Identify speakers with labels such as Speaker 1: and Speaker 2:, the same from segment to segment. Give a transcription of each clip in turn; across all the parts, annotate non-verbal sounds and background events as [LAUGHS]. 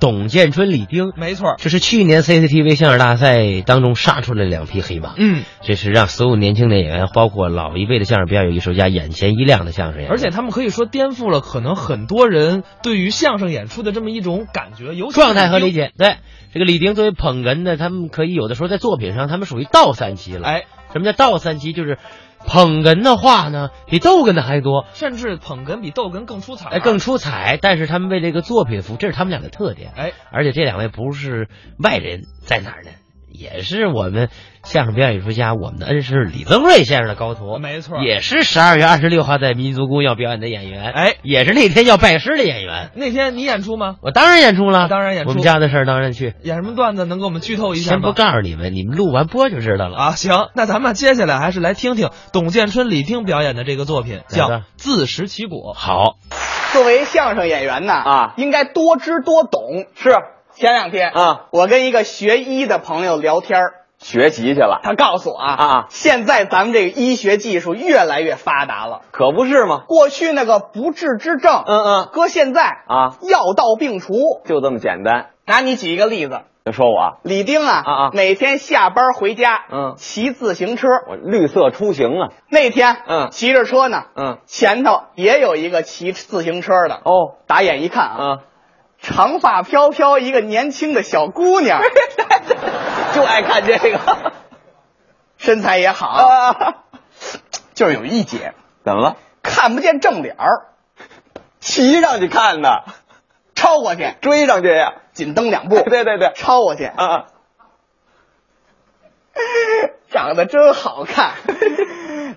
Speaker 1: 董建春、李丁，
Speaker 2: 没错儿，
Speaker 1: 这是去年 CCTV 相声大赛当中杀出来两匹黑马。
Speaker 2: 嗯，
Speaker 1: 这是让所有年轻的演员，包括老一辈的相声表演艺术家眼前一亮的相声演员。
Speaker 2: 而且他们可以说颠覆了可能很多人对于相声演出的这么一种感觉，尤其是
Speaker 1: 状态和理
Speaker 2: 李丁。
Speaker 1: 解，对这个李丁作为捧哏的，他们可以有的时候在作品上，他们属于倒三级了。，
Speaker 2: 哎，
Speaker 1: 什么叫倒三级？就是捧哏的话呢，比逗哏的还多，
Speaker 2: 甚至捧哏比逗哏更出彩，
Speaker 1: 哎，更出彩。但是他们为这个作品服务，这是他们俩的特点。
Speaker 2: 哎，
Speaker 1: 而且这两位不是外人，在哪儿呢？也是我们相声表演艺术家，我们的恩师李增瑞先生的高徒，
Speaker 2: 没错。
Speaker 1: 也是十二月二十六号在民族宫要表演的演员，
Speaker 2: 哎，
Speaker 1: 也是那天要拜师的演员。
Speaker 2: 那天你演出吗？
Speaker 1: 我当然演出了，
Speaker 2: 当然演
Speaker 1: 啊
Speaker 2: 出
Speaker 1: 我们家的事儿当然去。
Speaker 2: 演什么段子？能给我们剧透一下
Speaker 1: 先不
Speaker 2: 吗？
Speaker 1: 告诉你们，你们录完播就知道了。
Speaker 2: 啊，行，那咱们接下来还是来听听董建春、李丁表演的这个作品，叫
Speaker 1: 哪
Speaker 2: 《
Speaker 1: 个
Speaker 2: 自食其果》。
Speaker 1: 好，
Speaker 3: 作为相声演员呐，
Speaker 4: 啊
Speaker 3: 应该多知多懂。是，前两天
Speaker 4: 啊，
Speaker 3: 我跟一个学医的朋友聊天儿
Speaker 4: 学习去了，
Speaker 3: 他告诉我啊，
Speaker 4: 啊
Speaker 3: 现在咱们这个医学技术越来越发达了，
Speaker 4: 可不是吗？
Speaker 3: 过去那个不治之症，
Speaker 4: 嗯嗯，
Speaker 3: 搁现在
Speaker 4: 啊，
Speaker 3: 药到病除。
Speaker 4: 就这么简单。
Speaker 3: 拿你举一个例子，
Speaker 4: 就说我，
Speaker 3: 李丁啊，
Speaker 4: 啊啊
Speaker 3: 每天下班回家，
Speaker 4: 嗯
Speaker 3: 骑自行车，
Speaker 4: 我绿色出行啊，
Speaker 3: 那天，
Speaker 4: 嗯
Speaker 3: 骑着车呢，
Speaker 4: 嗯，
Speaker 3: 前头也有一个骑自行车的，
Speaker 4: 哦，
Speaker 3: 打眼一看啊，
Speaker 4: 啊，
Speaker 3: 长发飘飘，一个年轻的小姑娘，
Speaker 4: [LAUGHS] 就爱看这个。
Speaker 3: 身材也好，
Speaker 4: 啊
Speaker 3: 就是有一姐
Speaker 4: 怎么了？
Speaker 3: 看不见正脸儿，
Speaker 4: 骑上去看的，
Speaker 3: 超过去，
Speaker 4: 追上去呀。
Speaker 3: 紧蹬两步，
Speaker 4: [LAUGHS] 对对对
Speaker 3: 超过去，
Speaker 4: 啊啊，
Speaker 3: [LAUGHS] 长得真好看。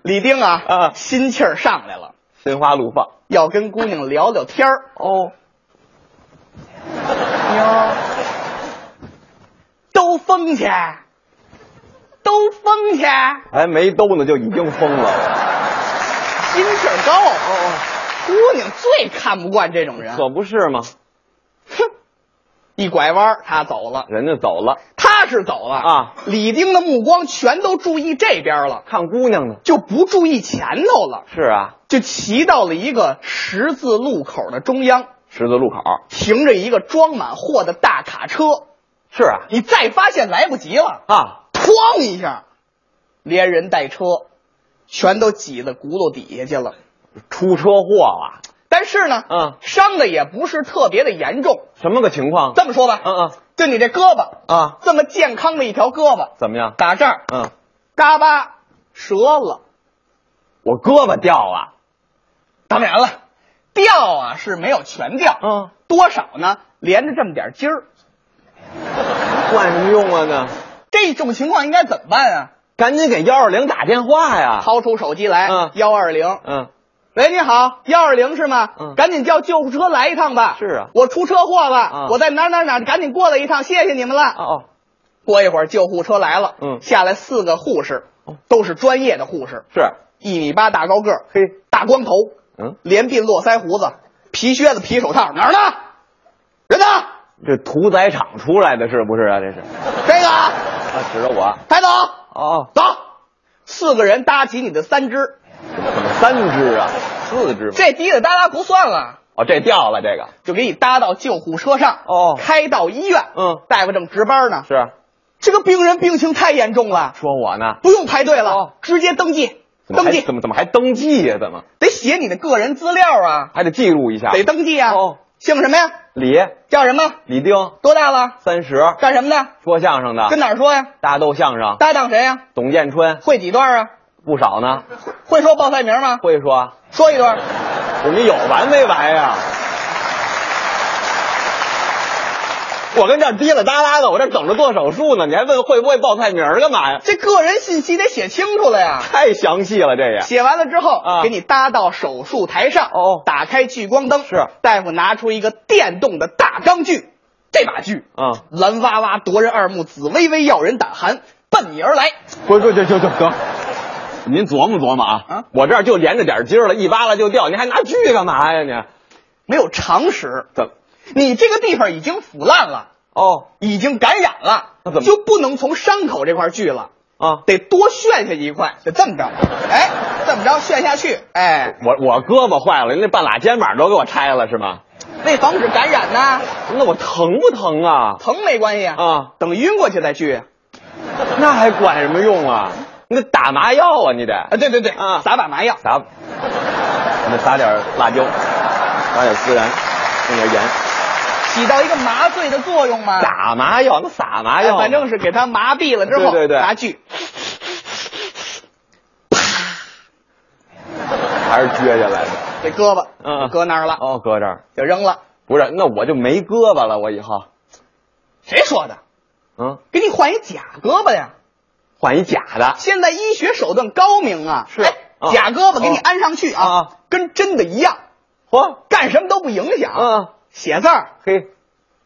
Speaker 3: 李丁啊，
Speaker 4: 啊
Speaker 3: 心气儿上来了，
Speaker 4: 心花怒放。
Speaker 3: 要跟姑娘聊聊天儿。
Speaker 4: 哦，
Speaker 3: 哟，兜风去，兜风去，
Speaker 4: 还哎没兜呢就已经疯了，
Speaker 3: 心气儿高。姑娘最看不惯这种人，
Speaker 4: 可不是吗？
Speaker 3: 哼，一拐弯儿他走了。
Speaker 4: 人家走了，
Speaker 3: 他是走了
Speaker 4: 啊，
Speaker 3: 李丁的目光全都注意这边了，
Speaker 4: 看姑娘呢。
Speaker 3: 就不注意前头了，
Speaker 4: 是啊，
Speaker 3: 就骑到了一个十字路口的中央，
Speaker 4: 十字路口。
Speaker 3: 停着一个装满货的大卡车。
Speaker 4: 是啊，
Speaker 3: 你再发现来不及了，
Speaker 4: 啊，
Speaker 3: 哐一下，连人带车全都挤到轱辘底下去了。
Speaker 4: 出车祸了，
Speaker 3: 但是呢，
Speaker 4: 嗯
Speaker 3: 伤的也不是特别的严重。
Speaker 4: 什么个情况？
Speaker 3: 这么说吧，
Speaker 4: 嗯嗯
Speaker 3: 就你这胳膊，
Speaker 4: 啊，
Speaker 3: 这么健康的一条胳膊，
Speaker 4: 怎么样？
Speaker 3: 打这儿，
Speaker 4: 嗯，
Speaker 3: 嘎巴折了。
Speaker 4: 我胳膊掉了。
Speaker 3: 当然了，掉啊是没有全掉，
Speaker 4: 嗯，
Speaker 3: 多少呢？连着这么点筋儿，
Speaker 4: 管什么用啊呢？
Speaker 3: 这种情况应该怎么办啊？
Speaker 4: 赶紧给幺二零打电话呀！，
Speaker 3: 掏出手机来，
Speaker 4: 嗯
Speaker 3: 幺二零，
Speaker 4: 嗯，
Speaker 3: 喂，你好，幺二零是吗？
Speaker 4: 嗯
Speaker 3: 赶紧叫救护车来一趟吧。
Speaker 4: 是啊
Speaker 3: 我出车祸了，
Speaker 4: 啊
Speaker 3: 我在哪儿哪儿哪儿，赶紧过来一趟，谢谢你们了。
Speaker 4: 哦
Speaker 3: 过一会儿救护车来了，
Speaker 4: 嗯
Speaker 3: 下来四个护士
Speaker 4: 哦，
Speaker 3: 都是专业的护士
Speaker 4: 哦，，是，
Speaker 3: 一米八大高个儿，
Speaker 4: 嘿，
Speaker 3: 大光头，
Speaker 4: 嗯，
Speaker 3: 连鬓络腮胡子，皮靴子皮手套，哪儿呢？人呢？
Speaker 4: 这屠宰场出来的是不是啊？这是，
Speaker 3: 这个啊。
Speaker 4: 啊，指着我，
Speaker 3: 抬走，
Speaker 4: 哦，
Speaker 3: 走，四个人搭起你的三只，
Speaker 4: 怎么三只啊？四只吗？
Speaker 3: 这滴滴答答不算了，
Speaker 4: 哦，这掉了，这个
Speaker 3: 就给你搭到救护车上，
Speaker 4: 哦
Speaker 3: 开到医院，
Speaker 4: 嗯
Speaker 3: 大夫正值班呢，
Speaker 4: 是啊
Speaker 3: 这个病人病情太严重了，
Speaker 4: 说我呢？
Speaker 3: 不用排队了，
Speaker 4: 哦
Speaker 3: 直接登记，
Speaker 4: 怎么
Speaker 3: 登
Speaker 4: 还
Speaker 3: 记
Speaker 4: 怎么怎么还登记呀、怎么
Speaker 3: 得写你的个人资料啊，
Speaker 4: 还得记录一下？
Speaker 3: 得登记啊，
Speaker 4: 哦
Speaker 3: 姓什么呀？
Speaker 4: 李
Speaker 3: 叫什么？
Speaker 4: 李丁，
Speaker 3: 多大了？
Speaker 4: 三十，
Speaker 3: 干什么的？
Speaker 4: 说相声的，
Speaker 3: 跟哪儿说呀？
Speaker 4: 大逗相声，
Speaker 3: 搭档谁呀？
Speaker 4: 董建春
Speaker 3: 会几段啊？
Speaker 4: 不少呢，
Speaker 3: 会说报菜名吗？
Speaker 4: 会说，
Speaker 3: 说一段。
Speaker 4: 我们有完没完呀、我跟这儿滴了哒啦的，我这等着做手术呢，你还问会不会报菜名儿干嘛呀？
Speaker 3: 这个人信息得写清楚了呀。
Speaker 4: 太详细了，这也
Speaker 3: 写完了之后，
Speaker 4: 啊
Speaker 3: 给你搭到手术台上，
Speaker 4: 哦
Speaker 3: 打开聚光灯，
Speaker 4: 是
Speaker 3: 大夫拿出一个电动的大钢锯，这把锯，
Speaker 4: 嗯
Speaker 3: 蓝哇哇夺人二目，紫微微耀人胆寒，奔你而来。
Speaker 4: 不是，就就就得，您琢磨琢磨啊，
Speaker 3: 啊
Speaker 4: 我这儿就连着点筋儿了，一扒拉就掉，您还拿锯干嘛呀你？
Speaker 3: 没有常识，
Speaker 4: 怎么？
Speaker 3: 你这个地方已经腐烂了，
Speaker 4: 哦
Speaker 3: 已经感染了，
Speaker 4: 那怎么
Speaker 3: 就不能从伤口这块锯了？
Speaker 4: 啊，
Speaker 3: 得多炫下一块，得这么着，哎，这么着炫下去，哎，
Speaker 4: 我我胳膊坏了，人家半拉肩膀都给我拆了是吗？
Speaker 3: 为防止感染呢，
Speaker 4: 那我疼不疼啊？
Speaker 3: 疼没关系啊，
Speaker 4: 啊，
Speaker 3: 等晕过去再去啊。
Speaker 4: 那还管什么用啊？你得打麻药啊，你得
Speaker 3: 啊，对对对，
Speaker 4: 啊
Speaker 3: 撒把麻药，
Speaker 4: 撒，你得撒点辣椒，撒点孜然，弄点盐。
Speaker 3: 啊起到一个麻醉的作用嘛。
Speaker 4: 打麻药，那撒麻药
Speaker 3: 哎
Speaker 4: 嘛，
Speaker 3: 反正是给他麻痹了之后，
Speaker 4: 对对对
Speaker 3: 拿锯，
Speaker 4: 还是撅下来的。
Speaker 3: 这胳膊，
Speaker 4: 嗯
Speaker 3: 搁那儿了，
Speaker 4: 哦，搁这儿
Speaker 3: 就扔了。
Speaker 4: 不是，那我就没胳膊了，我以后，
Speaker 3: 谁说的？
Speaker 4: 嗯，
Speaker 3: 给你换一假胳膊呀！
Speaker 4: 换一假的。
Speaker 3: 现在医学手段高明啊，
Speaker 4: 是
Speaker 3: 哎
Speaker 4: 啊
Speaker 3: 假胳膊给你
Speaker 4: 啊
Speaker 3: 安上去啊
Speaker 4: 啊，
Speaker 3: 跟真的一样，
Speaker 4: 嚯，
Speaker 3: 干什么都不影响。
Speaker 4: 嗯，
Speaker 3: 写字儿、
Speaker 4: 嘿，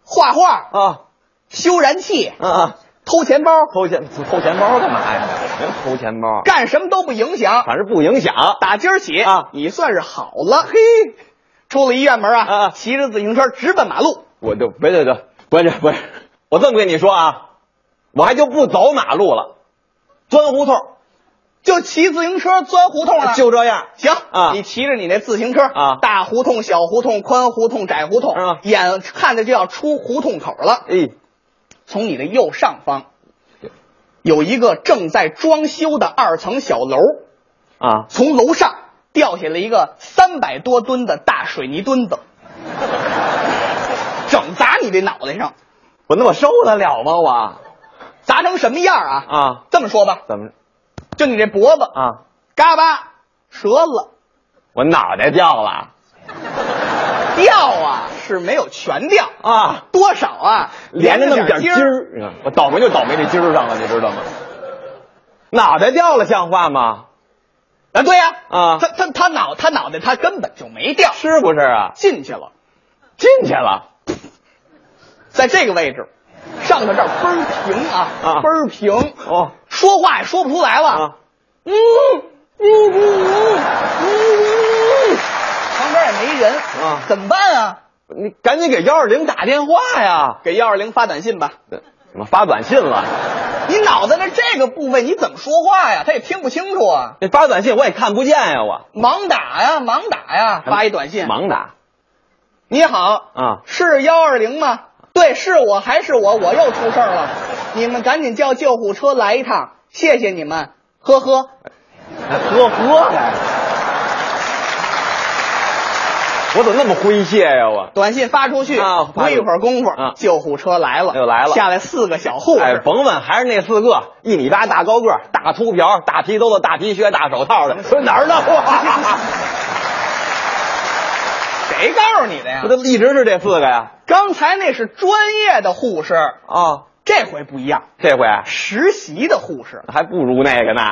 Speaker 3: 画画、
Speaker 4: 啊，
Speaker 3: 修燃气、
Speaker 4: 嗯啊，
Speaker 3: 偷钱包，
Speaker 4: 偷钱偷钱包干嘛呀？没偷钱包，
Speaker 3: 干什么都不影响。
Speaker 4: 反正不影响。
Speaker 3: 打今儿起
Speaker 4: 啊
Speaker 3: 你算是好了。嘿，出了医院门啊，
Speaker 4: 啊
Speaker 3: 骑着自行车直奔马路。
Speaker 4: 我就别别别，不是不是，我这么跟你说啊，我还就不走马路了，钻胡同，
Speaker 3: 就骑自行车钻胡同了。
Speaker 4: 就这样。
Speaker 3: 行
Speaker 4: 啊
Speaker 3: 你骑着你那自行车
Speaker 4: 啊
Speaker 3: 大胡同、小胡同、宽胡同、窄胡同，
Speaker 4: 啊
Speaker 3: 眼看着就要出胡同口了。
Speaker 4: 哎，
Speaker 3: 从你的右上方，有一个正在装修的二层小楼，
Speaker 4: 啊，
Speaker 3: 从楼上掉下来一个三百多吨的大水泥墩子，整砸你这脑袋上，
Speaker 4: 我那我受得了吗？我
Speaker 3: 砸成什么样啊？
Speaker 4: 啊，
Speaker 3: 这么说吧，
Speaker 4: 怎么
Speaker 3: 就你这脖子，
Speaker 4: 啊？
Speaker 3: 嘎巴折了，
Speaker 4: 我脑袋掉了
Speaker 3: 掉啊是没有全掉，
Speaker 4: 啊，
Speaker 3: 多少啊
Speaker 4: 连着那么点
Speaker 3: 筋
Speaker 4: 筋。儿，我倒霉就倒霉这筋儿上了，你知道吗？脑袋掉了像话吗？
Speaker 3: 啊，对呀、
Speaker 4: 啊
Speaker 3: 他他他脑他脑袋他根本就没掉，
Speaker 4: 是不是啊？
Speaker 3: 进去了，
Speaker 4: 进去了，
Speaker 3: 在这个位置，上头这儿倍儿平啊，
Speaker 4: 啊
Speaker 3: 倍儿平，
Speaker 4: 哦
Speaker 3: 说话也说不出来了，
Speaker 4: 啊，
Speaker 3: 嗯嗯嗯嗯嗯，旁边也没人
Speaker 4: 啊
Speaker 3: 怎么办啊？
Speaker 4: 你赶紧给幺二零打电话呀！
Speaker 3: 给幺二零发短信吧。
Speaker 4: 怎么发短信了？
Speaker 3: 你脑袋的这个部位你怎么说话呀？他也听不清楚啊，
Speaker 4: 那发短信我也看不见呀，我
Speaker 3: 盲打呀，盲打呀，发一短信，
Speaker 4: 忙打
Speaker 3: 你好，
Speaker 4: 啊，
Speaker 3: 是幺二零吗？对，是我，还是我，我又出事儿了，你们赶紧叫救护车来一趟，谢谢你们，呵呵。
Speaker 4: 喝喝来。我怎么那么诙谐呀？我
Speaker 3: 短信发出去，
Speaker 4: 啊
Speaker 3: 不一会儿功夫，
Speaker 4: 啊
Speaker 3: 救护车来了，
Speaker 4: 又来了
Speaker 3: 下来四个小护士，
Speaker 4: 哎，甭问，还是那四个，一米八大高个儿，大秃瓢儿，大皮兜子，大皮靴，大手套的，说哪 [LAUGHS] 儿的？
Speaker 3: 谁告诉你的呀
Speaker 4: 不？都一直是这四个呀？
Speaker 3: 刚才那是专业的护士，
Speaker 4: 啊，
Speaker 3: 这回不一样，
Speaker 4: 这回
Speaker 3: 实习的护士。
Speaker 4: 还不如那个呢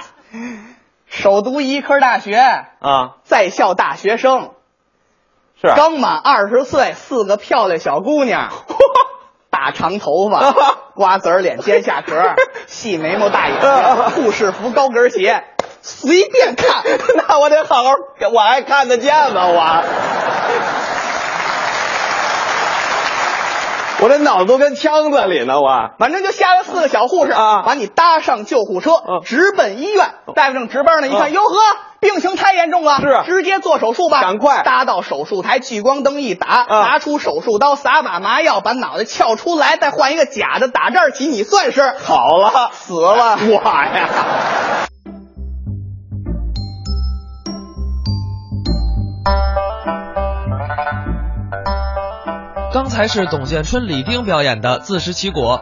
Speaker 3: 首都医科大学
Speaker 4: 啊！
Speaker 3: 在校大学生，
Speaker 4: 是啊
Speaker 3: 刚满二十岁，四个漂亮小姑
Speaker 4: [LAUGHS]
Speaker 3: 娘，大长头发，瓜子儿脸，尖下
Speaker 4: [LAUGHS]
Speaker 3: 壳，细眉毛，大眼睛，护士服，高跟鞋，随便看。
Speaker 4: [LAUGHS] 那我得好好，我还看得见吗？
Speaker 3: [LAUGHS]
Speaker 4: 我，我这脑子都跟腔子里呢，我
Speaker 3: 反正就下来四个小护士
Speaker 4: 啊
Speaker 3: 把你搭上救护车，
Speaker 4: 嗯
Speaker 3: 直奔医院。大夫正值班呢，一
Speaker 4: 啊
Speaker 3: 看，哟呵，病情太严重了，啊
Speaker 4: 是啊
Speaker 3: 直接做手术吧，
Speaker 4: 赶快嗯
Speaker 3: 搭到手术台，聚光灯一打，拿出手术刀，撒把麻药，把脑袋撬出来，再换一个假的，打这儿起你算是
Speaker 4: 好了，
Speaker 3: 死了。
Speaker 4: [LAUGHS] 我呀。
Speaker 2: 刚才是董建春、李丁表演的《自食其果》。